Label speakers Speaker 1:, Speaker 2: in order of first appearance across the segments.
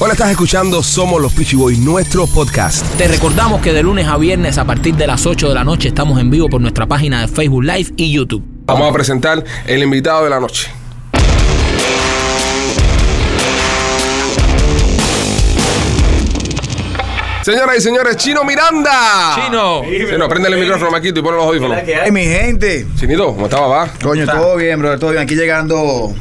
Speaker 1: Hola, estás escuchando Somos los Peachy Boys, nuestro podcast.
Speaker 2: Te recordamos que de lunes a viernes a partir de las 8 de la noche estamos en vivo por nuestra página de Facebook Live y YouTube.
Speaker 1: Vamos a presentar el invitado de la noche. Señoras y señores, Chino Miranda.
Speaker 2: Chino.
Speaker 1: Chino, prende el micrófono, Maquito, y pon los audífonos.
Speaker 3: ¿Qué hay, mi gente?
Speaker 1: Chinito, ¿cómo estaba, va?
Speaker 3: Coño, todo bien, brother, todo bien. Aquí llegando.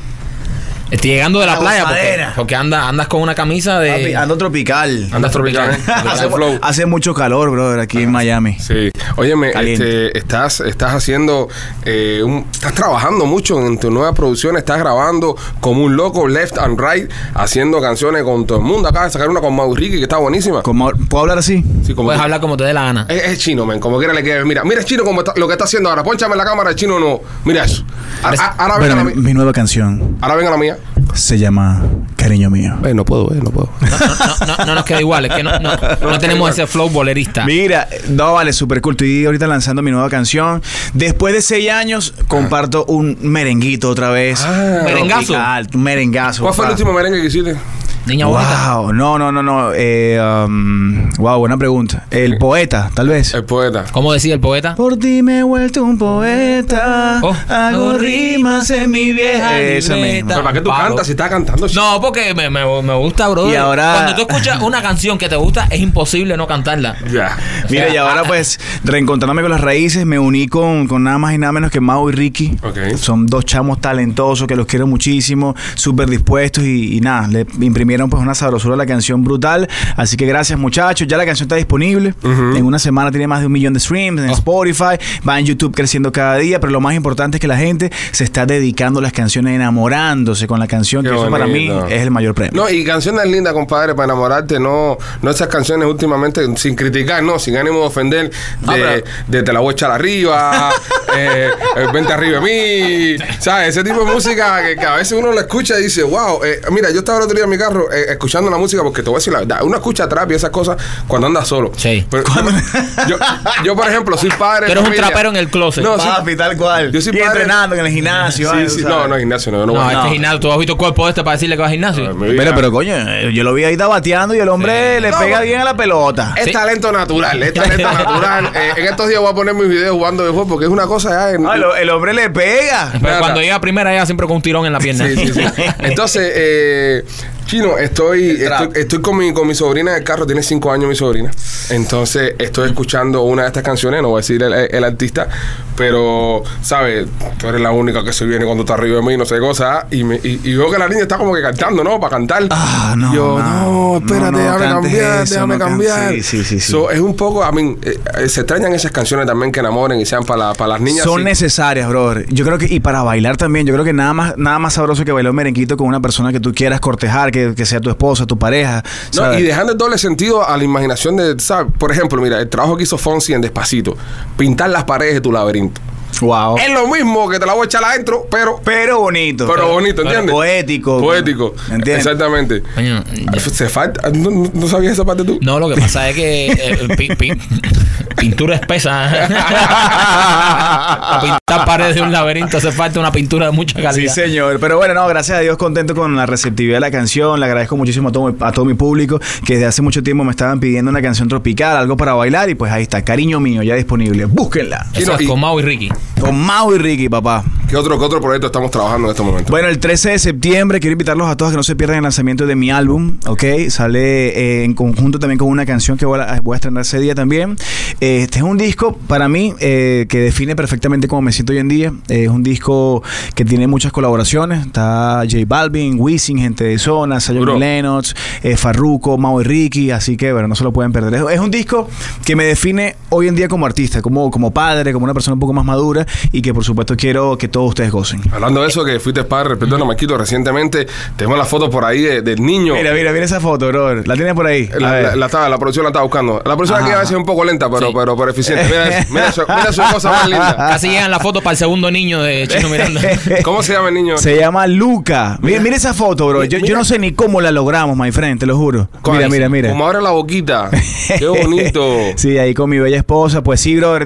Speaker 2: Estoy llegando de la,
Speaker 3: La
Speaker 2: playa porque,
Speaker 3: gozadera.
Speaker 2: porque anda, andas con una camisa de...
Speaker 3: Papi, ando tropical.
Speaker 2: andas tropical.
Speaker 1: Tropical, ¿eh?
Speaker 3: Hace,
Speaker 1: Tropical Flow.
Speaker 3: hace mucho calor, brother, aquí en Miami.
Speaker 1: Sí. Óyeme,
Speaker 3: Caliente.
Speaker 1: este, estás, estás haciendo, eh, un- estás trabajando mucho en tu nueva producción, estás grabando como un loco, left and right, haciendo canciones con todo el mundo. Acabas de sacar una con Mauricio que está buenísima.
Speaker 3: Con Mau- ¿Puedo hablar así?
Speaker 1: Sí, como
Speaker 2: Puedes
Speaker 1: tú.
Speaker 2: hablar como te dé la gana.
Speaker 1: Es, es chino, men, como quiera le quede. Mira, mira chino como está- lo que está haciendo ahora. Pónchame la cámara, chino no. Mira eso. A- a- ahora, venga
Speaker 3: Bueno,
Speaker 1: la
Speaker 3: mi,
Speaker 1: mía.
Speaker 3: mi nueva canción
Speaker 1: Ahora venga la mía.
Speaker 3: se llama Cariño Mío.
Speaker 1: no puedo, no puedo.
Speaker 2: No, no- no nos queda igual, es que no, no- no tenemos ese flow bolerista.
Speaker 3: Mira, no vale, súper cool. Estoy ahorita lanzando mi nueva canción. Después de seis años, comparto un merenguito otra vez.
Speaker 1: Ah.
Speaker 2: Merengazo.
Speaker 3: Tropical, Un merengazo.
Speaker 1: ¿Cuál fue el
Speaker 3: papá.
Speaker 1: último merengue que hiciste?
Speaker 2: Niña bonita.
Speaker 3: Wow, no, no, no, no. Eh, um, wow, buena pregunta. El poeta, tal vez.
Speaker 1: El poeta.
Speaker 2: ¿Cómo decía el poeta?
Speaker 3: Por ti me he vuelto un poeta.
Speaker 2: Oh.
Speaker 3: Hago rimas en mi vieja
Speaker 2: Esa
Speaker 3: libreta.
Speaker 2: misma.
Speaker 1: ¿Pero ¿Para qué tú
Speaker 2: Pablo.
Speaker 1: cantas si estás cantando? chino?
Speaker 2: No, porque me, me- me gusta, bro.
Speaker 3: Y ahora-
Speaker 2: Cuando tú escuchas una canción que te gusta, es imposible no cantarla.
Speaker 1: Ya.
Speaker 3: Mira, y ahora pues, reencontrándome con las raíces, me uní con, con nada más y nada menos que Mau y Ricky.
Speaker 1: Ok.
Speaker 3: Son dos chamos talentosos que los quiero muchísimo, súper dispuestos y, y nada, le imprimieron pues una sabrosura a la canción brutal. Así que gracias muchachos, ya la canción está disponible. En una semana tiene más de un millón de streams
Speaker 1: Ah.
Speaker 3: en Spotify, va en YouTube creciendo cada día, pero lo más importante es que la gente se está dedicando a las canciones, enamorándose con la canción,
Speaker 1: Qué
Speaker 3: que eso para mí
Speaker 1: bonito.
Speaker 3: es el mayor premio.
Speaker 1: No, y canciones lindas, compadre, para enamorarte, no, no esas canciones últimamente, sin criticar, no, sin ánimo de ofender,
Speaker 2: No,
Speaker 1: de,
Speaker 2: Ah, pero-
Speaker 1: de te la voy a echar arriba, eh, eh, vente arriba de mí, ¿sabes? Ese tipo de música que, que a veces uno la escucha y dice, wow, eh, mira, yo estaba el otro día en mi carro eh, escuchando la música, porque te voy a decir la verdad, uno escucha trap y esas cosas cuando anda solo.
Speaker 2: Sí.
Speaker 1: Pero- yo, yo, por ejemplo, soy padre.
Speaker 2: Tú
Speaker 1: de
Speaker 2: eres un
Speaker 1: familia.
Speaker 2: trapero en el closet.
Speaker 1: No, sí.
Speaker 3: Papi, tal cual.
Speaker 1: Yo soy
Speaker 3: Y
Speaker 1: padre-
Speaker 3: entrenando en el gimnasio.
Speaker 1: Sí,
Speaker 3: ay,
Speaker 1: sí,
Speaker 3: tú
Speaker 1: no,
Speaker 3: sabes.
Speaker 1: no, gimnasio, no, yo no,
Speaker 2: No,
Speaker 1: voy a-
Speaker 2: este gimnasio, tú has visto el cuerpo este para decirle que vas al gimnasio.
Speaker 1: mi vida.
Speaker 3: Pero, pero coño, eh, yo lo vi ahí estaba bateando y el hombre le
Speaker 1: No,
Speaker 3: pega
Speaker 1: bueno.
Speaker 3: bien a la pelota.
Speaker 1: Es
Speaker 2: Sí.
Speaker 1: talento natural, es talento natural. Eh, en estos días voy a poner mis videos jugando de juego porque es una cosa ya. en-
Speaker 3: Ah, lo- el hombre le pega.
Speaker 2: Pero
Speaker 1: Nada.
Speaker 2: cuando llega primera, llega siempre con un tirón en la pierna.
Speaker 1: Sí, sí, sí. Entonces, eh, Chino, estoy, estoy, estoy con, mi, con mi sobrina en el carro, tiene cinco años mi sobrina. Entonces, estoy escuchando una de estas canciones, no voy a decir el, el artista, pero, ¿sabes? Tú eres la única que se viene cuando está arriba de mí, no sé qué cosa. Y, me, y, y veo que la niña está como que cantando, ¿no? Para cantar.
Speaker 3: Ah, no,
Speaker 1: Yo,
Speaker 3: man.
Speaker 1: no, espérate,
Speaker 3: No, no,
Speaker 1: déjame
Speaker 3: cantes
Speaker 1: cambiar,
Speaker 3: eso,
Speaker 1: déjame
Speaker 3: no can-
Speaker 1: cambiar.
Speaker 3: Sí, sí, sí, sí.
Speaker 1: So, es un poco, a mí, eh, eh, se extrañan esas canciones también que enamoren y sean para, la- para las niñas.
Speaker 3: Son
Speaker 1: sí.
Speaker 3: necesarias, brother. Yo creo que, y para bailar también, yo creo que nada más, nada más sabroso que bailar un merenquito con una persona que tú quieras cortejar, que, que sea tu esposa, tu pareja.
Speaker 1: No,
Speaker 3: ¿sabes?
Speaker 1: y dejando el doble sentido a la imaginación de, ¿sabes? Por ejemplo, mira, el trabajo que hizo Fonsi en Despacito, pintar las paredes de tu laberinto.
Speaker 3: Wow.
Speaker 1: Es lo mismo que te la voy a echar adentro, pero,
Speaker 3: Oh. Pero bonito.
Speaker 1: pero bonito, ¿entiendes?
Speaker 3: poético.
Speaker 1: Poético.
Speaker 3: ¿Entiendes?
Speaker 1: Exactamente.
Speaker 2: Coño, ya.
Speaker 1: Se falta, no, no- no sabías esa parte tú.
Speaker 2: No, lo que pasa es que eh, pi- pi- pintura espesa. Para pintar paredes de un laberinto hace falta una pintura de mucha
Speaker 3: Sí,
Speaker 2: calidad.
Speaker 3: señor. Pero bueno, no, gracias a Dios contento con la receptividad de la canción. Le agradezco muchísimo a todo, mi- a todo mi público que desde hace mucho tiempo me estaban pidiendo una canción tropical, algo para bailar. Y pues ahí está, cariño mío, ya disponible. Búsquenla.
Speaker 2: Eso es
Speaker 1: Y-
Speaker 2: con Mau y Ricky.
Speaker 3: Con Mau y Ricky, papá.
Speaker 1: ¿Qué otro, qué otro proyecto estamos trabajando en este momento?
Speaker 3: Bueno, el 13 de septiembre quiero invitarlos a todos a que no se pierdan el lanzamiento de mi álbum, ¿ok? Sale eh, en conjunto también con una canción que voy a, voy a estrenar ese día también. Eh, este es un disco para mí eh, que define perfectamente cómo me siento hoy en día. Eh, es un disco que tiene muchas colaboraciones. Está J Balvin, Wisin, Gente de Zona, Sayon
Speaker 1: Duro.
Speaker 3: Milena. Lennox, eh, Farruko, Mau y Ricky, así que bueno, no se lo pueden perder. Es, es un disco que me define hoy en día como artista, como, como padre, como una persona un poco más madura y que por supuesto quiero que todos ustedes gocen.
Speaker 1: Hablando de eso, que fuiste padre, perdón, Marquito, recientemente tenemos la foto por ahí de- del niño.
Speaker 3: Mira, mira, mira esa foto, brother. La tienes por ahí. A
Speaker 1: La,
Speaker 3: ver.
Speaker 1: la, la estaba- la producción la estaba buscando. La producción aquí a veces es un poco lenta, pero,
Speaker 2: Sí.
Speaker 1: pero, pero eficiente. Mira, eso, mira, eso, mira su cosa más linda.
Speaker 2: Casi llegan las fotos para el segundo niño de Chino Miranda.
Speaker 1: ¿Cómo se llama el niño?
Speaker 3: Se llama Luca. Mira, mira esa foto, bro. Yo, yo no sé ni cómo la logramos, my friend, te lo juro.
Speaker 1: Con-
Speaker 3: Mira, mira, mira.
Speaker 1: Como abre la boquita. Qué bonito.
Speaker 3: Sí, ahí con mi bella esposa. Pues sí, bro,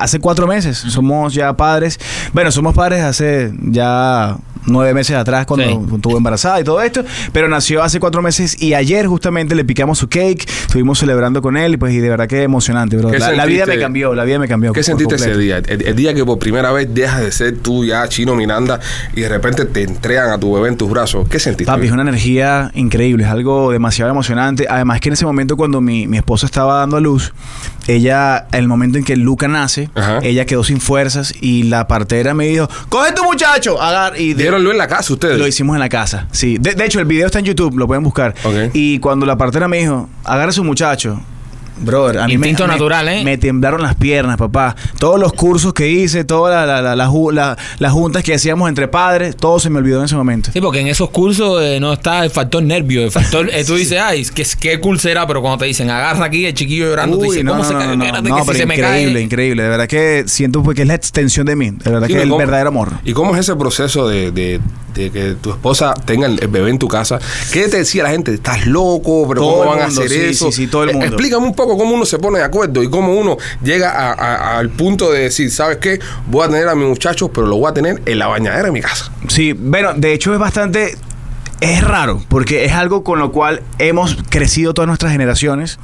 Speaker 3: hace cuatro meses somos ya padres. Bueno, somos padres hace ya nueve meses atrás cuando
Speaker 2: Sí.
Speaker 3: estuvo embarazada y todo esto, pero nació hace cuatro meses y ayer justamente le picamos su cake, estuvimos celebrando con él y pues y de verdad que emocionante, bro.
Speaker 1: ¿Qué
Speaker 3: La, la vida
Speaker 1: sentiste?
Speaker 3: me cambió, la vida me cambió.
Speaker 1: ¿Qué
Speaker 3: por
Speaker 1: sentiste ese día?
Speaker 3: completo.
Speaker 1: El, el día que por primera vez dejas de ser tú ya chino Miranda y de repente te entregan a tu bebé en tus brazos. ¿Qué sentiste?
Speaker 3: Papi, es una energía increíble, es algo demasiado emocionante. Además que en ese momento cuando mi, mi esposa estaba dando a luz, ella, el momento en que Luca nace,
Speaker 1: Ajá.
Speaker 3: ella quedó sin fuerzas y la partera me dijo, coge tu muchacho, agar y de-
Speaker 1: Dieronlo en la casa ustedes.
Speaker 3: Lo hicimos en la casa, sí. De, de hecho, el video está en YouTube, lo pueden buscar.
Speaker 1: Ok.
Speaker 3: Y cuando la partera me dijo, agarra a su muchacho. Brother, a mí me-
Speaker 2: Instinto
Speaker 3: me,
Speaker 2: natural, ¿eh?
Speaker 3: me temblaron las piernas, papá. Todos los cursos que hice, todas la- la- la- la ju- la- las juntas que hacíamos entre padres, todo se me olvidó en ese momento.
Speaker 2: Sí, porque en esos cursos eh, no está el factor nervio, el factor, eh, tú dices, ay, ¿qué, qué cool será, pero cuando te dicen, agarra aquí el chiquillo llorando, tú
Speaker 3: Uy,
Speaker 2: dices,
Speaker 3: no,
Speaker 2: ¿cómo
Speaker 3: no,
Speaker 2: se
Speaker 3: no,
Speaker 2: cae?
Speaker 3: no,
Speaker 2: Espérate
Speaker 3: no,
Speaker 2: que
Speaker 3: pero
Speaker 2: si se me cae.
Speaker 3: increíble, increíble. De verdad que siento pues, que es la extensión de mí. De verdad
Speaker 1: Sí,
Speaker 3: que
Speaker 1: pero
Speaker 3: es el
Speaker 1: ¿cómo-
Speaker 3: verdadero amor.
Speaker 1: ¿Y cómo es ese proceso de, de- de que tu esposa tenga el, el bebé en tu casa? ¿Qué te decía la gente? ¿Estás loco? ¿Pero
Speaker 3: Todo
Speaker 1: cómo
Speaker 3: el
Speaker 1: van
Speaker 3: mundo,
Speaker 1: a hacer
Speaker 3: sí,
Speaker 1: eso?
Speaker 3: sí, sí, todo el
Speaker 1: Eh,
Speaker 3: mundo.
Speaker 1: Explícame un poco cómo uno se pone de acuerdo y cómo uno llega a- a- al punto de decir, ¿sabes qué? Voy a tener a mis muchachos, pero lo voy a tener en la bañadera de mi casa.
Speaker 3: Sí, bueno, de hecho es bastante. Es raro, porque es algo con lo cual hemos crecido todas nuestras generaciones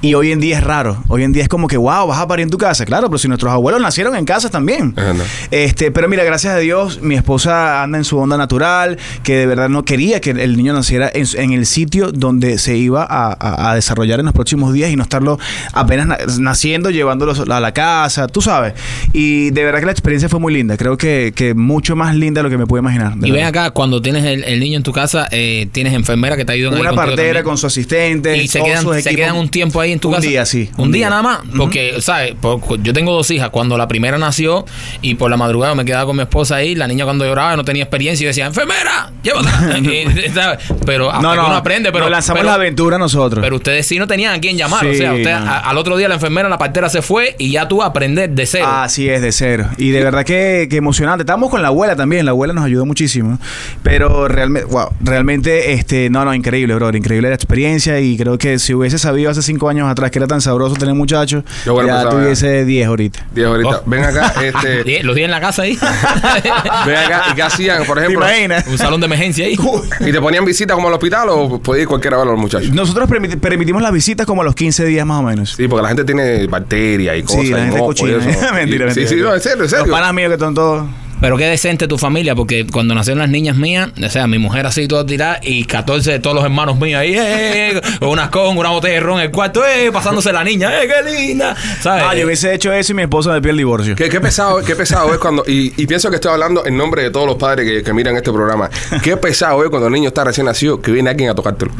Speaker 3: y hoy en día es raro. Hoy en día es como que, wow, vas a parir en tu casa. Claro, pero si nuestros abuelos nacieron en casa también.
Speaker 1: Es verdad.
Speaker 3: Este, pero mira, gracias a Dios, mi esposa anda en su onda natural, que de verdad no quería que el niño naciera en, en el sitio donde se iba a, a- a desarrollar en los próximos días y no estarlo apenas na- naciendo, llevándolo so- a la casa, tú sabes. Y de verdad que la experiencia fue muy linda, creo que, que mucho más linda de lo que me pude imaginar. de
Speaker 2: Y ven
Speaker 3: verdad.
Speaker 2: acá, cuando tienes el, el niño en tu casa, eh, tienes enfermera que te ayudan ahí
Speaker 3: Una
Speaker 2: contigo
Speaker 3: partera
Speaker 2: también.
Speaker 3: con su asistente,
Speaker 2: y se
Speaker 3: todos
Speaker 2: quedan,
Speaker 3: sus
Speaker 2: se
Speaker 3: equipos.
Speaker 2: quedan un tiempo ahí en tu
Speaker 3: Un
Speaker 2: casa.
Speaker 3: día, sí,
Speaker 2: Un,
Speaker 3: un
Speaker 2: día,
Speaker 3: día.
Speaker 2: nada más.
Speaker 3: Ujú.
Speaker 2: Porque, ¿sabes? Por- yo tengo dos hijas. Cuando la primera nació y por la madrugada me quedaba con mi esposa ahí, la niña cuando lloraba no tenía experiencia y yo decía, enfermera, llévatela. Y, ¿sabes? Pero hasta
Speaker 3: No,
Speaker 2: que
Speaker 3: no,
Speaker 2: uno aprende, pero.
Speaker 3: nos lanzamos
Speaker 2: pero-
Speaker 3: la aventura nosotros.
Speaker 2: pero ustedes sí no tenían a quién llamar. o
Speaker 3: Sí,
Speaker 2: sea, usted,
Speaker 3: no.
Speaker 2: a- al otro día la enfermera, la partera se fue y ya tú vas a aprender de cero.
Speaker 3: Así es, de cero. Y de verdad que, que emocionante. Estábamos con la abuela también, la abuela nos ayudó muchísimo. Pero realmente, wow, realmente, este, no, no, increíble, brother, increíble la experiencia. Y creo que si hubiese sabido hace cinco años atrás que era tan sabroso tener muchachos,
Speaker 1: Yo bueno,
Speaker 3: ya
Speaker 1: pensaba,
Speaker 3: tuviese 10 ahorita.
Speaker 1: Diego, ahorita,
Speaker 2: Oh.
Speaker 1: ven acá, este,
Speaker 2: Die- Los días en la casa ahí.
Speaker 1: ven acá, ¿y qué hacían, por ejemplo?
Speaker 3: ¿Te imaginas?
Speaker 2: Un salón de emergencia ahí.
Speaker 1: ¿Y te ponían visitas como al hospital o podía ir cualquiera a ver a los muchachos?
Speaker 3: Nosotros permiti- permitimos las visitas como a los 15 días más o menos.
Speaker 1: Sí, porque la gente tiene bacterias y cosas.
Speaker 3: Sí, la
Speaker 1: y
Speaker 3: gente es
Speaker 1: moco y
Speaker 3: cochina.
Speaker 1: eso.
Speaker 3: mentira, mentira.
Speaker 1: Sí, sí, no, en serio, en serio.
Speaker 3: Los panas míos que están todos.
Speaker 2: Pero qué decente tu familia, porque cuando nacieron las niñas mías, o sea, mi mujer así toda tirada y 14 de todos los hermanos míos ahí, eh, eh, con unas con, una botella de ron en el cuarto, eh, pasándose la niña, eh, qué linda. ¿Sabes?
Speaker 3: Ah, yo hubiese hecho eso y mi esposa me pide el divorcio.
Speaker 1: Qué, qué pesado, qué pesado es cuando, y, y pienso que estoy hablando en nombre de todos los padres que, que miran este programa, qué pesado es cuando el niño está recién nacido que viene alguien a tocártelo.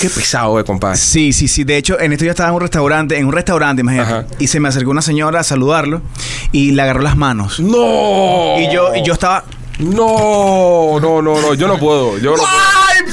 Speaker 1: Qué pesado es, compadre.
Speaker 3: Sí, sí, sí. De hecho, en esto yo estaba en un restaurante, en un restaurante, imagínate.
Speaker 1: Ajá.
Speaker 3: Y se me acercó una señora a saludarlo y le agarró las manos.
Speaker 1: ¡No!
Speaker 3: Y yo, y yo estaba.
Speaker 1: No, no, no, no, yo no puedo. Yo no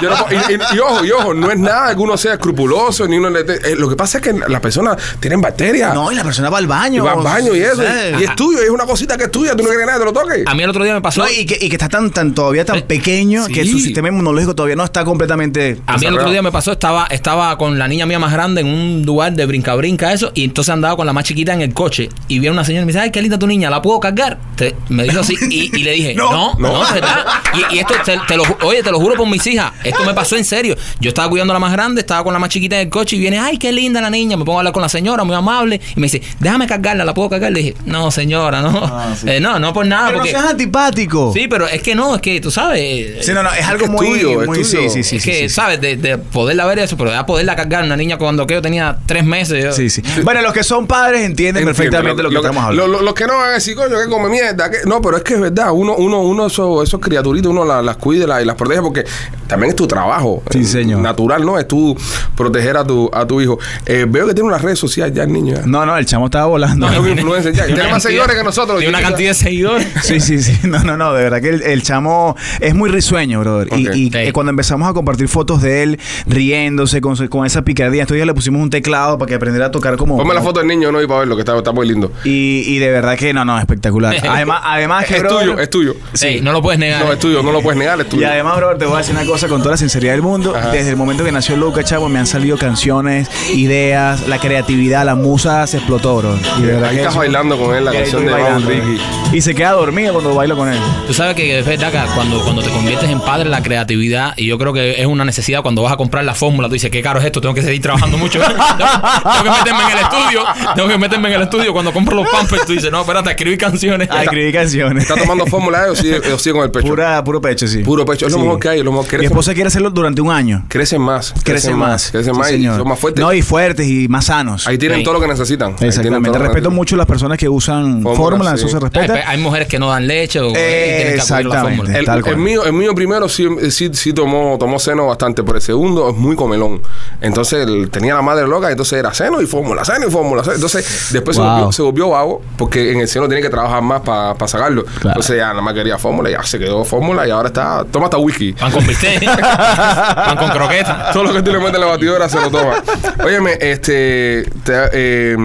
Speaker 1: puedo. Yo no puedo. Y, y- y ojo, y ojo, no es nada que uno sea escrupuloso, ni uno le te- eh, Lo que pasa es que las personas tienen bacterias.
Speaker 3: No, y la persona va al
Speaker 1: Y
Speaker 3: baño.
Speaker 1: va al baño y eso.
Speaker 3: ¿sabes?
Speaker 1: Y, y es tuyo, y es una cosita que es tuya, tú no quieres que nadie te lo toque.
Speaker 2: A mí el otro día me pasó.
Speaker 3: No, y, que, y que está tan, tan todavía tan
Speaker 2: Eh,
Speaker 3: pequeño que
Speaker 1: sí. Ah,
Speaker 3: su sistema inmunológico todavía no está completamente.
Speaker 2: A mí el otro día me pasó, estaba, estaba con la niña mía más grande en un lugar de brinca-brinca, eso, y entonces andaba con la más chiquita en el coche. Y viene una señora y me dice, ay, qué linda tu niña, ¿la puedo cargar? Te- me dijo así, y, y le dije, no, no,
Speaker 1: no.
Speaker 2: ¿verdad? Y, y esto, te, te lo, ju- oye, te lo juro por mis hijas, esto me pasó en serio. Yo estaba cuidando a la más grande, estaba con la más chiquita en el coche, y viene, ay, qué linda la niña, me pongo a hablar con la señora, muy amable, y me dice, déjame cargarla, ¿la puedo cargar? Le dije, no, señora, no, Eh, no, no por nada,
Speaker 3: Pero no
Speaker 2: porque...
Speaker 3: seas antipático.
Speaker 2: Sí, pero es que no, es que tú sabes. eh,
Speaker 3: Sí, no, no, es algo
Speaker 1: que es
Speaker 3: muy.
Speaker 1: tuyo, es
Speaker 3: muy-
Speaker 1: tuyo.
Speaker 3: Sí, sí, sí.
Speaker 2: es
Speaker 3: sí,
Speaker 2: que,
Speaker 3: sí, sí.
Speaker 2: ¿sabes? De, de poderla ver eso, pero de poderla cargar una niña cuando que yo tenía tres meses. yo-
Speaker 3: Sí, sí. Bueno, los que son padres entienden
Speaker 1: Entiendo,
Speaker 3: perfectamente lo, que estamos hablando.
Speaker 1: lo- lo- los que no van a decir, coño, que come mierda. que-". No, pero es que es verdad. Uno, uno, uno esos, esos criaturitos, uno la- las, cuida y la- y las protege porque también es tu trabajo.
Speaker 3: Sí,
Speaker 1: eh,
Speaker 3: señor.
Speaker 1: Natural, ¿no? Es tu proteger a tu, a tu hijo. Eh, veo que tiene una red social ya el niño. Ya.
Speaker 3: No, no, el chamo estaba volando.
Speaker 1: es un influencer ya.
Speaker 2: Tiene
Speaker 1: Tiene
Speaker 2: una
Speaker 1: más
Speaker 2: cantidad-
Speaker 1: seguidores que nosotros.
Speaker 2: Tiene una
Speaker 1: chiquito.
Speaker 2: cantidad de seguidores.
Speaker 3: Sí, sí, sí. No, no, no. De verdad que el, el chamo es muy risueño, brother. Y-
Speaker 1: Ok.
Speaker 3: Y,
Speaker 2: Sí.
Speaker 3: eh, cuando empezamos a compartir fotos de él riéndose con, su- con esa picardía, estos días le pusimos un teclado para que aprendiera a tocar como.
Speaker 1: Ponme la
Speaker 3: como-
Speaker 1: foto del niño, ¿no? Y para verlo, que está, está muy lindo.
Speaker 3: Y, y de verdad que no, no, espectacular. Además, además que.
Speaker 1: Es
Speaker 3: brother,
Speaker 1: tuyo, es tuyo.
Speaker 2: Sí, no lo puedes negar.
Speaker 1: No, es tuyo, no lo puedes negar, es
Speaker 3: Y
Speaker 1: tuyo.
Speaker 3: Además, brother, te voy a decir una cosa con toda la sinceridad del mundo.
Speaker 1: Ajá.
Speaker 3: Desde el momento que nació Luca, chavo, me han salido canciones, ideas, la creatividad, la musa se explotó, bro. Y de verdad
Speaker 1: Ahí
Speaker 3: que
Speaker 1: estás
Speaker 3: eso-
Speaker 1: bailando con él, la
Speaker 3: que ahí
Speaker 1: canción de
Speaker 3: estoy
Speaker 1: Bound
Speaker 3: bailando,
Speaker 1: Ricky.
Speaker 3: bro. Y se queda dormido cuando bailo con él.
Speaker 2: Tú sabes que es verdad que cuando, cuando te conviertes en padre, la creatividad, y yo creo que es una necesidad cuando vas a comprar la fórmula, tú dices, qué caro es esto, tengo que seguir trabajando mucho. tengo, tengo que meterme en el estudio, tengo que meterme en el estudio. Cuando compro los pampers, tú dices, no, espérate, escribí canciones.
Speaker 3: A escribir canciones.
Speaker 1: ¿Está tomando fórmula E o sigue, o sigue con el pecho?
Speaker 3: Pura, puro pecho, sí.
Speaker 1: Puro pecho. Es lo
Speaker 3: Sí.
Speaker 1: mejor que hay, es lo mejor que
Speaker 3: Mi
Speaker 1: crece-
Speaker 3: esposa quiere hacerlo durante un año.
Speaker 1: Crecen más.
Speaker 3: Crece más.
Speaker 1: Crecen
Speaker 3: Sí,
Speaker 1: más y
Speaker 3: señor.
Speaker 1: son más fuertes.
Speaker 3: No, y fuertes y más sanos.
Speaker 1: Ahí tienen
Speaker 2: Sí.
Speaker 1: todo lo que necesitan. Ahí tienen
Speaker 3: Exactamente.
Speaker 1: todo lo que
Speaker 3: Respeto
Speaker 1: necesitan.
Speaker 3: mucho las personas que usan
Speaker 1: Fórmula,
Speaker 3: fórmula,
Speaker 1: sí.
Speaker 3: eso se
Speaker 2: Hay,
Speaker 3: respeta.
Speaker 2: hay mujeres que no dan leche o y tienen que acudir a la
Speaker 3: Exactamente.
Speaker 2: fórmula.
Speaker 1: El,
Speaker 3: Tal
Speaker 1: el
Speaker 3: cual.
Speaker 1: mío, el mío primero sí, sí, sí tomó, tomó seno bastante, pero el segundo es muy comelón. Entonces él tenía la madre loca, entonces era seno y fórmula, seno y fórmula. seno. Entonces después se,
Speaker 3: Wow.
Speaker 1: volvió, se volvió vago, porque en el seno tiene que trabajar más para sacarlo. Entonces ya nada más quería fórmula, ya se quedó fórmula y ahora está, toma hasta whisky.
Speaker 2: Pan con bistec, pan con croqueta.
Speaker 1: Todo lo que tú le metes en la batidora se lo toma. Óyeme, este te- eh,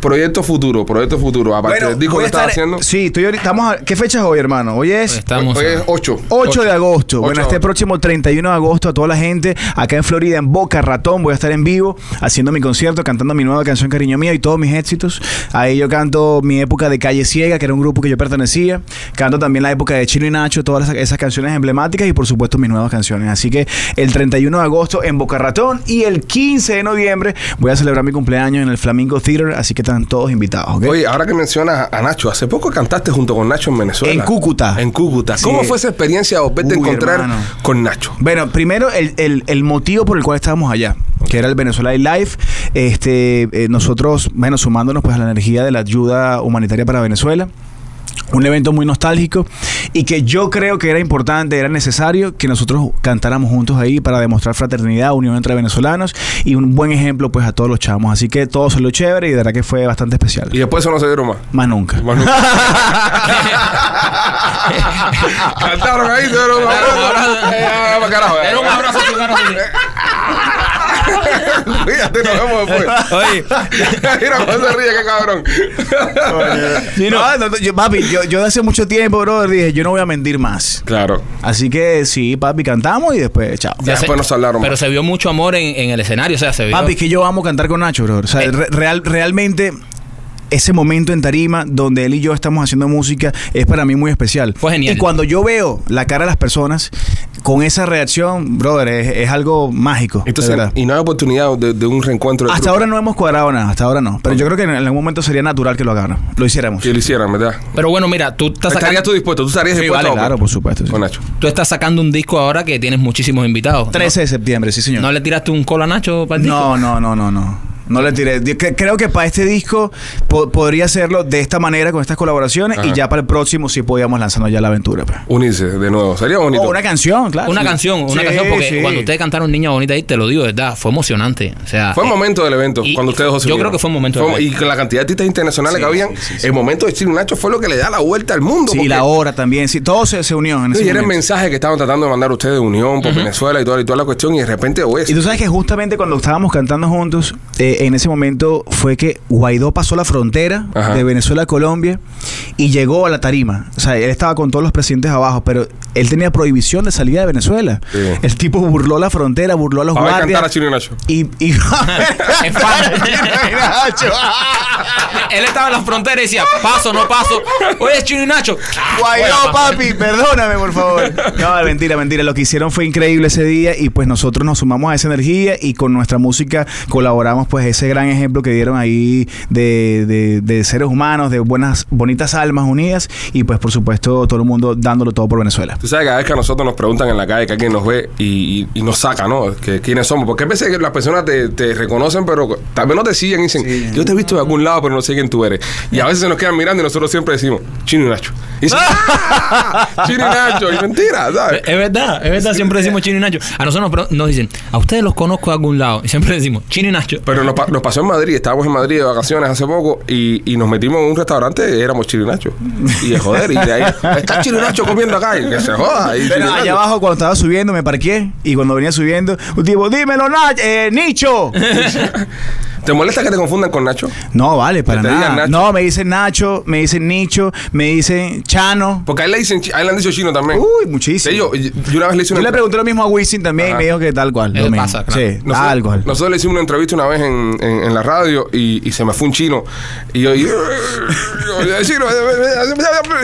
Speaker 1: proyecto futuro, proyecto futuro. Aparte
Speaker 3: Bueno,
Speaker 1: del disco
Speaker 3: voy
Speaker 1: que
Speaker 3: a
Speaker 1: estás
Speaker 3: estar-
Speaker 1: haciendo,
Speaker 3: Sí, estoy ahorita. Estamos a- ¿Qué fecha es hoy, hermano? Hoy es.
Speaker 2: Pues Estamos.
Speaker 1: hoy es
Speaker 2: a-
Speaker 1: 8.
Speaker 3: 8 de agosto.
Speaker 1: Ocho
Speaker 3: Bueno,
Speaker 1: de
Speaker 3: este
Speaker 1: agosto.
Speaker 3: próximo 31 de agosto a toda la gente acá en Florida, en Boca Ratón, voy a estar en vivo haciendo mi concierto, cantando mi nueva canción Cariño Mío y todos mis éxitos. Ahí yo canto mi época de Calle Ciega, que era un grupo que yo pertenecía. Canto también la época de Chino y Nacho, todas esas, esas canciones emblemáticas y por supuesto mis nuevas canciones. Así que el 31 de agosto en Boca Ratón y el 15 de noviembre voy a celebrar mi cumpleaños en el Flamingo Theater, así que están todos invitados, ¿ok?
Speaker 1: Oye, ahora que mencionas a Nacho, hace poco cantaste junto con Nacho en Venezuela.
Speaker 3: En Cúcuta.
Speaker 1: En Cúcuta.
Speaker 3: Sí.
Speaker 1: ¿Cómo fue esa experiencia de verte a
Speaker 3: Uy,
Speaker 1: encontrar
Speaker 3: hermano.
Speaker 1: con Nacho?
Speaker 3: Bueno, primero el, el- el motivo por el cual estábamos allá, que era el Venezuela Live. Este, eh, nosotros, bueno, sumándonos pues a la energía de la ayuda humanitaria para Venezuela. Un evento muy nostálgico y que yo creo que era importante, era necesario que nosotros cantáramos juntos ahí para demostrar fraternidad, unión entre venezolanos y un buen ejemplo pues a todos los chamos. Así que todo salió chévere y de verdad que fue bastante especial.
Speaker 1: Y después eso no se dieron más.
Speaker 3: Más nunca.
Speaker 1: Más nunca. Cantaron ahí, se dieron un
Speaker 2: Cantaron un
Speaker 1: abrazo.
Speaker 2: abrazo.
Speaker 1: Eh, ah, para carajo.
Speaker 2: Era un abrazo, un abrazo, sí.
Speaker 1: Fíjate, nos vemos después.
Speaker 2: Oye,
Speaker 1: Mira cómo se ríe, qué cabrón.
Speaker 3: Sí, no, no, no, yo, papi, yo, yo de hace mucho tiempo, brother, dije, yo no voy a mentir más.
Speaker 1: claro.
Speaker 3: Así que sí, papi, cantamos y después, chao.
Speaker 1: Ya después nos hablaron
Speaker 2: Pero
Speaker 1: más.
Speaker 2: se vio mucho amor en, en el escenario, o sea, se vio.
Speaker 3: Papi, que yo amo cantar con Nacho, bro. O sea,
Speaker 2: Eh.
Speaker 3: re- real- realmente ese momento en tarima donde él y yo estamos haciendo música es para mí muy especial.
Speaker 2: Fue genial.
Speaker 3: Y cuando yo veo la cara de las personas con esa reacción, brother, es, es algo mágico. de
Speaker 1: Entonces,
Speaker 3: verdad.
Speaker 1: y no hay oportunidad de, de un reencuentro. del
Speaker 3: hasta
Speaker 1: grupo.
Speaker 3: ahora no hemos cuadrado nada, hasta ahora no. Pero yo creo que en algún momento sería natural que lo hagamos, lo hiciéramos.
Speaker 1: Que lo hicieran, ¿verdad?
Speaker 2: Pero bueno, mira, tú estás
Speaker 1: ¿Estarías tú
Speaker 2: sacando,
Speaker 1: dispuesto? ¿Tú estarías
Speaker 2: Sí,
Speaker 1: dispuesto?
Speaker 2: vale,
Speaker 1: a-
Speaker 3: Claro, por supuesto. sí.
Speaker 1: Con Nacho.
Speaker 2: tú estás sacando un disco ahora que tienes muchísimos invitados. ¿no?
Speaker 3: 13 de septiembre, sí, señor.
Speaker 2: ¿No le tiraste un colo a Nacho para el disco?
Speaker 3: No, no, no, no, no. No le tiré. Yo cre- Creo que para este disco po- podría hacerlo de esta manera, con estas colaboraciones, y
Speaker 1: Ajá.
Speaker 3: ya para el próximo sí podíamos lanzarnos ya la aventura. pues.
Speaker 1: Unirse de nuevo. Sería bonito.
Speaker 3: O Oh, una canción, claro.
Speaker 2: Una
Speaker 3: Sí.
Speaker 2: canción, una
Speaker 3: Sí,
Speaker 2: canción, porque
Speaker 3: sí.
Speaker 2: cuando ustedes cantaron Niña Bonita ahí, te lo digo, de ¿verdad? Fue emocionante. O sea,
Speaker 1: Fue el
Speaker 2: eh,
Speaker 1: momento del evento,
Speaker 2: y-
Speaker 1: cuando ustedes dos se
Speaker 2: yo
Speaker 1: unieron.
Speaker 2: creo que fue un momento del
Speaker 1: y
Speaker 2: evento.
Speaker 1: con la cantidad de artistas internacionales
Speaker 3: Sí,
Speaker 1: que habían,
Speaker 3: sí, sí,
Speaker 1: el momento de Chino Nacho fue lo que le da la vuelta al mundo.
Speaker 3: Sí,
Speaker 1: porque-
Speaker 3: la hora también. Sí, todo se, se unió en ese
Speaker 1: Y era el
Speaker 3: momento.
Speaker 1: mensaje que estaban tratando de mandar ustedes de unión por Venezuela y toda, y toda la cuestión, y de repente, oye,
Speaker 3: Y tú sabes que justamente cuando estábamos cantando juntos, eh, en ese momento fue que Guaidó pasó la frontera
Speaker 1: Ajá.
Speaker 3: de Venezuela a Colombia y llegó a la tarima. O sea, él estaba con todos los presidentes abajo, pero él tenía prohibición de salida de Venezuela.
Speaker 1: Sí.
Speaker 3: El tipo burló la frontera, burló a los
Speaker 1: a ver
Speaker 3: guardias.
Speaker 1: cantar a Chino Nacho.
Speaker 3: y, y
Speaker 2: Es fan. Él estaba en la frontera y decía, paso, no paso. Oye, Chino y Nacho.
Speaker 3: Guaidó,
Speaker 2: Bueno,
Speaker 3: papi, perdóname, por favor. No, mentira, mentira. Lo que hicieron fue increíble ese día y pues nosotros nos sumamos a esa energía y con nuestra música colaboramos pues ese gran ejemplo que dieron ahí de, de- de seres humanos, de buenas, bonitas almas unidas y pues por supuesto todo el mundo dándolo todo por Venezuela.
Speaker 1: Tú sabes que cada vez que a nosotros nos preguntan en la calle que alguien nos ve y, y- y nos saca, ¿no? Que, ¿Quiénes somos? Porque a veces que las personas te, te reconocen, pero también no te siguen y dicen, yo te he visto de algún lado, pero no sé quién tú eres. Y a veces se nos quedan mirando y nosotros siempre decimos, Chino y Nacho. Y dicen, "¡Ah! Chino y Nacho, y mentira, ¿sabes?
Speaker 3: Eh,
Speaker 2: Es es verdad, es verdad. Siempre decimos Chino y Nacho. A nosotros nos, pre- nos dicen, a ustedes los conozco de algún lado. Y siempre decimos, Chino y Nacho.
Speaker 1: Pero nos, pa- nos pasó en Madrid, estábamos en Madrid de vacaciones hace poco y, y nos metimos en un restaurante y éramos Chino y Nacho. Y de joder, y de ahí, está Chino y Nacho comiendo acá, y que se joda. Y Chino y
Speaker 3: Pero allá
Speaker 1: Nacho.
Speaker 3: abajo cuando estaba subiendo me parqué y cuando venía subiendo un tipo, dímelo, Nach- eh, Nicho.
Speaker 1: ¿Te molesta que te confundan con Nacho?
Speaker 3: No, vale, para
Speaker 1: te digan
Speaker 3: nada.
Speaker 1: Nacho.
Speaker 3: No, me dicen Nacho, me dicen Nicho, me dicen Chano.
Speaker 1: Porque a él le, dicen, chi- a él le han dicho chino también.
Speaker 3: Uy, muchísimo.
Speaker 1: Sí, yo, yo una vez le hice
Speaker 3: Yo
Speaker 1: una
Speaker 3: le pregunté lo mismo a Wisin también
Speaker 1: Ajá.
Speaker 3: y me dijo que tal cual.
Speaker 2: Eh,
Speaker 3: Lo mismo.
Speaker 2: pasa, claro.
Speaker 3: Sí,
Speaker 1: Nosotros,
Speaker 3: tal cual.
Speaker 1: nosotros le hicimos una entrevista una vez en, en- en la radio y, y se me fue un chino. Y yo, y,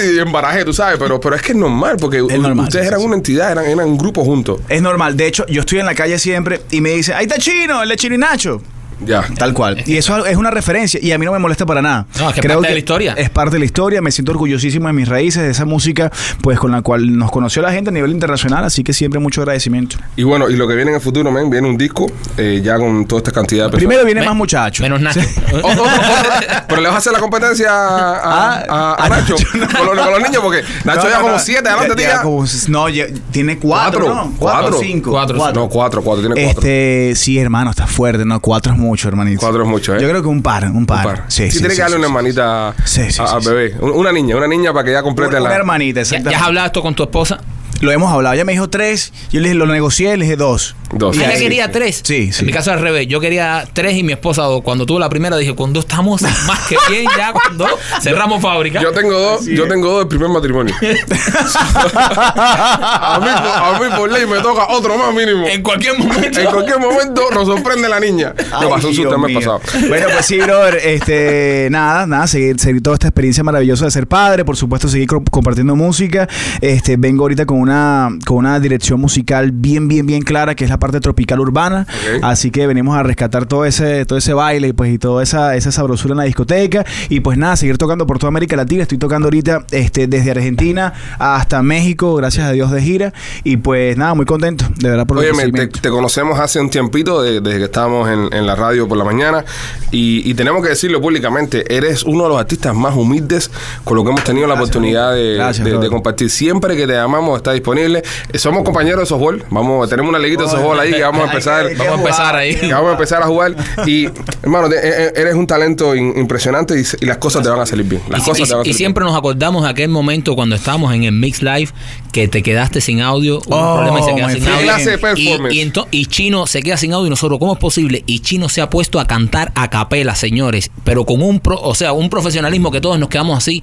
Speaker 1: y embarajé, tú sabes, pero, pero es que es normal, porque
Speaker 3: Es normal,
Speaker 1: ustedes
Speaker 3: sí,
Speaker 1: eran
Speaker 3: sí.
Speaker 1: una entidad, eran, eran un grupo juntos.
Speaker 3: Es normal. De hecho, yo estoy en la calle siempre y me dicen, ahí está Chino, el de Chino y Nacho.
Speaker 1: Ya.
Speaker 3: Tal cual. Y eso es una referencia y a mí no me molesta para nada.
Speaker 2: No, es que es parte de la historia.
Speaker 3: Es parte de la historia. Me siento orgullosísimo de mis raíces, de esa música, pues con la cual nos conoció la gente a nivel internacional. Así que siempre mucho agradecimiento.
Speaker 2: Pues,
Speaker 1: Y bueno, y lo que viene en el futuro, men, viene un disco eh, ya con toda esta cantidad de personas.
Speaker 3: Primero viene
Speaker 2: Me-
Speaker 3: más muchachos.
Speaker 2: Menos Nacho.
Speaker 1: Oh, oh, oh, pero le vas a hacer la competencia a, a-
Speaker 3: Ah,
Speaker 1: a- a
Speaker 3: a
Speaker 1: Nacho,
Speaker 3: Nacho, no.
Speaker 1: con, los, con los niños, porque Nacho
Speaker 3: No,
Speaker 1: ya
Speaker 3: no,
Speaker 1: como
Speaker 3: no.
Speaker 1: siete, adelante,
Speaker 3: Ya- ya
Speaker 1: tía.
Speaker 3: como- no, ya- tiene cuatro,
Speaker 1: Cuatro,
Speaker 3: ¿no? Cuatro,
Speaker 1: cuatro.
Speaker 3: cinco.
Speaker 2: Cuatro,
Speaker 1: No, cuatro, cuatro, tiene cuatro.
Speaker 3: Este, sí, hermano, está fuerte, ¿no? Cuatro es mucho, hermanito.
Speaker 1: Cuatro es mucho, ¿eh?
Speaker 3: Yo creo que un par, un par.
Speaker 1: Par.
Speaker 3: Sí,
Speaker 1: Sí, tiene que darle
Speaker 3: sí,
Speaker 1: una
Speaker 3: sí.
Speaker 1: hermanita
Speaker 3: Sí, sí,
Speaker 1: a-
Speaker 3: sí,
Speaker 1: al
Speaker 3: sí.
Speaker 1: bebé. Un- Una niña, una niña para que ya complete
Speaker 3: Una, una
Speaker 1: la.
Speaker 3: hermanita,
Speaker 2: ¿Ya, ya
Speaker 3: exactamente.
Speaker 2: has hablado esto con tu esposa?
Speaker 3: Lo hemos hablado. Ella me dijo tres, yo le dije, lo negocié, le dije dos.
Speaker 1: Dos. Sí,
Speaker 2: Ah,
Speaker 3: Y
Speaker 2: Ella
Speaker 3: ahí-
Speaker 2: quería tres.
Speaker 3: Sí, sí.
Speaker 2: En mi caso al revés. Yo quería tres y mi esposa dos. Cuando tuve la primera dije, con dos estamos más que bien. Ya con dos cerramos fábrica.
Speaker 1: Yo tengo dos, yo tengo dos del primer matrimonio. a, mí, por- a mí por ley me toca otro más mínimo.
Speaker 2: en
Speaker 1: En,
Speaker 2: cualquier momento.
Speaker 1: cualquier momento nos sorprende la niña.
Speaker 3: Ay,
Speaker 1: Me pasó un
Speaker 3: Dios
Speaker 1: susto el mes
Speaker 3: mío.
Speaker 1: pasado.
Speaker 3: Bueno, pues sí, brother. Este, nada, nada, seguir, seguir toda esta experiencia maravillosa de ser padre. Por supuesto, seguir co- compartiendo música. Este, vengo ahorita con una, con una dirección musical bien, bien, bien clara, que es la parte tropical urbana.
Speaker 1: Ok.
Speaker 3: Así que venimos a rescatar todo ese, todo ese baile y pues y toda esa, esa sabrosura en la discoteca. Y pues nada, seguir tocando por toda América Latina. Estoy tocando ahorita este, desde Argentina hasta México, gracias a Dios de gira. Y pues nada, muy contento, de verdad, por el
Speaker 1: Oye, men, te,
Speaker 3: recibimiento.
Speaker 1: te conocemos hace un tiempito, de- desde que estábamos en, en la radio por la mañana, y, y tenemos que decirlo públicamente, eres uno de los artistas más humildes con lo que hemos tenido la
Speaker 3: Gracias,
Speaker 1: oportunidad de,
Speaker 3: Gracias,
Speaker 1: de- de
Speaker 3: brother.
Speaker 1: compartir. Siempre que te llamamos está disponible. Eh, Somos compañeros de softball, vamos, tenemos una liguita de softball ahí que vamos a
Speaker 3: Hay que-
Speaker 1: empezar.
Speaker 3: hay que
Speaker 2: Vamos a empezar
Speaker 3: jugar.
Speaker 2: ahí.
Speaker 1: que vamos a empezar a jugar y hermano te- e- e- eres un talento in- impresionante y, se- y las cosas te van a salir bien las
Speaker 2: Y-
Speaker 1: cosas
Speaker 2: y,
Speaker 1: te van a
Speaker 2: y
Speaker 1: salir
Speaker 2: siempre nos acordamos de aquel momento cuando estábamos en el Mix Live que te quedaste sin audio, hubo
Speaker 3: Oh,
Speaker 2: un problema y se queda
Speaker 3: my
Speaker 2: sin
Speaker 3: friend.
Speaker 2: audio.
Speaker 1: Clase de
Speaker 2: Y,
Speaker 1: performance.
Speaker 2: y ento- y Chino se queda sin audio y nosotros, ¿cómo es posible? Y Chino se ha puesto a cantar a capela, señores, pero con un pro, o sea, un profesionalismo que todos nos quedamos así.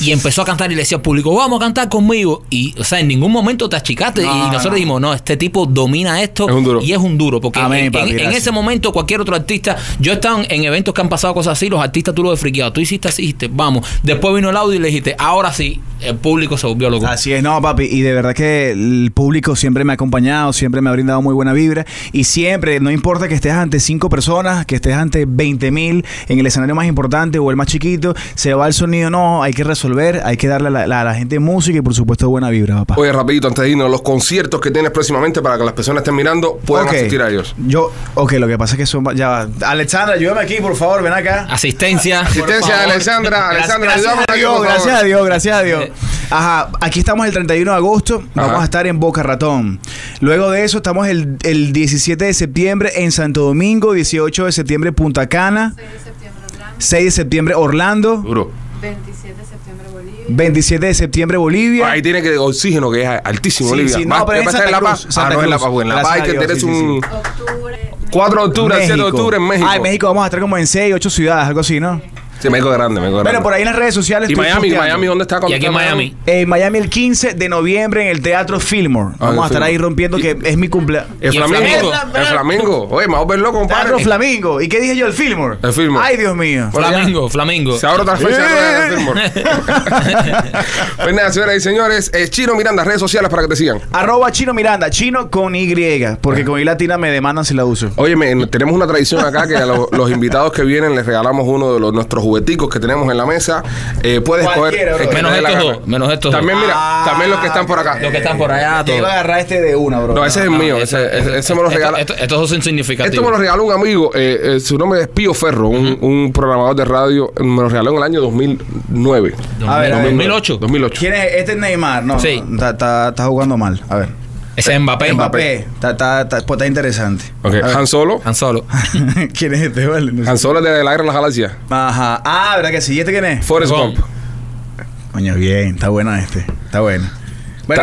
Speaker 2: Y empezó a cantar y le decía al público, vamos a cantar conmigo. Y, o sea, en ningún momento te achicaste. y
Speaker 3: No,
Speaker 2: nosotros
Speaker 3: no.
Speaker 2: dijimos, no, este tipo domina esto
Speaker 1: Es un duro.
Speaker 2: y es un duro. Porque
Speaker 3: Amén,
Speaker 2: en- en-
Speaker 3: papi,
Speaker 2: en
Speaker 3: gracias.
Speaker 2: ese momento cualquier otro artista. Yo he estado en- en eventos que han pasado cosas así, los artistas tú lo has friqueado. Tú hiciste así, dijiste, vamos. Después vino el audio y le dijiste, ahora sí, el público se volvió
Speaker 1: Uh.
Speaker 2: loco.
Speaker 3: Así es, no, papi. Y de verdad que el público siempre me ha acompañado, siempre me ha brindado muy buena vibra. Y siempre, no importa que estés ante cinco personas, que estés ante 20 mil, en el escenario más importante o el más chiquito, se va el sonido, no, hay que resolver, hay que darle a la, la- a la gente música y por supuesto buena vibra, papá.
Speaker 1: Oye, rapidito, antes de irnos, los conciertos que tienes próximamente para que las personas estén mirando puedan
Speaker 3: Ok.
Speaker 1: asistir a ellos.
Speaker 3: Yo, ok, lo que pasa es que son. Ya va. Alexandra, ayúdame aquí, por favor, ven acá.
Speaker 2: Asistencia.
Speaker 1: Asistencia de
Speaker 2: por favor.
Speaker 1: Alexandra.
Speaker 2: Gracias,
Speaker 1: Alexandra,
Speaker 2: gracias.
Speaker 1: ayudamos
Speaker 3: Gracias a Dios, gracias a Dios, gracias a Dios. Ajá, aquí estamos el 31 de agosto, vamos
Speaker 1: Eh, Ajá.
Speaker 3: a estar en Boca Ratón. Luego de eso estamos el, el 17 de septiembre en Santo Domingo, 18 de septiembre Punta Cana,
Speaker 4: 6 de septiembre Orlando,
Speaker 3: 6 de septiembre Orlando,
Speaker 1: Duro.
Speaker 4: 27 de septiembre Bolivia,
Speaker 3: 27 de septiembre Bolivia.
Speaker 1: Ahí tiene que oxígeno que es altísimo,
Speaker 3: Sí,
Speaker 1: Olivia.
Speaker 3: sí,
Speaker 1: Va-
Speaker 3: no, pero
Speaker 1: va a
Speaker 3: en
Speaker 1: estar en La
Speaker 3: Santa
Speaker 1: Paz.
Speaker 3: Cruz,
Speaker 1: Ah,
Speaker 3: Santa
Speaker 1: no, en La
Speaker 3: Cruz.
Speaker 1: Paz. En La Paz hay
Speaker 3: Gracias
Speaker 1: que
Speaker 3: a Dios,
Speaker 1: tener
Speaker 3: sí, sí,
Speaker 1: un
Speaker 3: sí.
Speaker 4: octubre,
Speaker 1: 4 de octubre, 7 de octubre en México.
Speaker 3: Ah, en México vamos a estar como en 6, 8 ciudades, algo así, ¿no?
Speaker 1: Sí, México es grande, México es grande.
Speaker 3: Bueno, por ahí en las redes sociales.
Speaker 1: ¿Y
Speaker 3: estoy
Speaker 1: Miami?
Speaker 3: posteando.
Speaker 1: ¿Miami dónde está?
Speaker 2: Y aquí en Miami.
Speaker 3: En Miami el 15 de noviembre en el Teatro
Speaker 1: Ah,
Speaker 3: Fillmore.
Speaker 1: el
Speaker 3: Vamos a estar
Speaker 1: Fillmore.
Speaker 3: ahí rompiendo que es mi cumpleaños.
Speaker 1: El
Speaker 2: ¿Y el
Speaker 1: Flamingo.
Speaker 3: Flamingo?
Speaker 1: El Flamingo. Oye, me voy a ver loco,
Speaker 3: Teatro
Speaker 1: compadre.
Speaker 3: Flamingo. ¿Y qué dije yo? El Fillmore.
Speaker 1: El Fillmore.
Speaker 3: Ay, Dios mío.
Speaker 1: Bueno, ya.
Speaker 2: Flamengo, Flamengo.
Speaker 1: Se abre otra fecha.
Speaker 3: Eh.
Speaker 1: de Fillmore. pues nada, señoras y señores, eh, Chino Miranda, redes sociales para que te sigan.
Speaker 3: Arroba Chino Miranda, chino con Y,
Speaker 1: Eh.
Speaker 3: porque con Y latina me demandan si la uso.
Speaker 1: Oye, men, tenemos una tradición acá que a lo- los invitados que vienen les regalamos uno de los, nuestros jugueticos que tenemos en la mesa. Eh, puedes coger.
Speaker 3: Cualquiera, bro.
Speaker 1: el que
Speaker 2: Menos
Speaker 1: te dé la
Speaker 2: estos
Speaker 1: gana.
Speaker 2: dos, menos estos
Speaker 1: También,
Speaker 2: dos.
Speaker 1: mira,
Speaker 3: Ah,
Speaker 1: también los que están por acá.
Speaker 2: Los que están por allá,
Speaker 3: Te
Speaker 2: todos.
Speaker 3: iba a agarrar este de una, bro. ah.
Speaker 1: No, ese es el mío. ese- ese- ese me lo
Speaker 2: Ah, Esto-
Speaker 1: regala.
Speaker 2: esto- estos dos son significativos.
Speaker 1: Esto me lo regaló un amigo, eh, eh, su nombre es Pío Ferro, un, un programador de radio, me lo regaló en el año 2009.
Speaker 3: A ver, a ver.
Speaker 2: 2008.
Speaker 1: 2008.
Speaker 3: ¿Quién es? Este es Neymar, no.
Speaker 2: Sí.
Speaker 3: no, Está, está- está jugando mal. A ver.
Speaker 2: Ese es Mbappé.
Speaker 3: Mbappé. Está, está, está- pues está interesante.
Speaker 1: Ok, Ah.
Speaker 3: A ver.
Speaker 1: Han Solo.
Speaker 2: Han Solo.
Speaker 3: ¿Quién es este? Vale, no sé.
Speaker 1: Han Solo es de la guerra de las galaxias.
Speaker 3: Ajá. Ah, ¿verdad que sí? ¿Y este quién es?
Speaker 1: Forrest
Speaker 2: Gump.
Speaker 1: Gump.
Speaker 3: Coño, bien. Está buena este. Está buena. Bueno,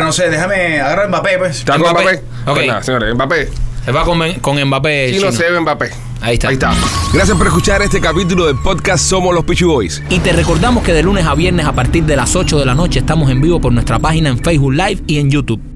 Speaker 1: Está-
Speaker 3: no sé, déjame agarrar Mbappé, pues.
Speaker 1: ¿Está con
Speaker 2: Mbappé.
Speaker 1: Mbappé?
Speaker 2: Ok.
Speaker 1: Pues nada, señores, Mbappé.
Speaker 2: Se va con, con Mbappé.
Speaker 1: Chino,
Speaker 2: chino.
Speaker 1: se ve Mbappé.
Speaker 2: Ahí está.
Speaker 1: Ahí está. Gracias por escuchar este capítulo del podcast Somos los Pichu Boys.
Speaker 2: Y te recordamos que de lunes a viernes a partir de las 8 de la noche estamos en vivo por nuestra página en Facebook Live y en YouTube.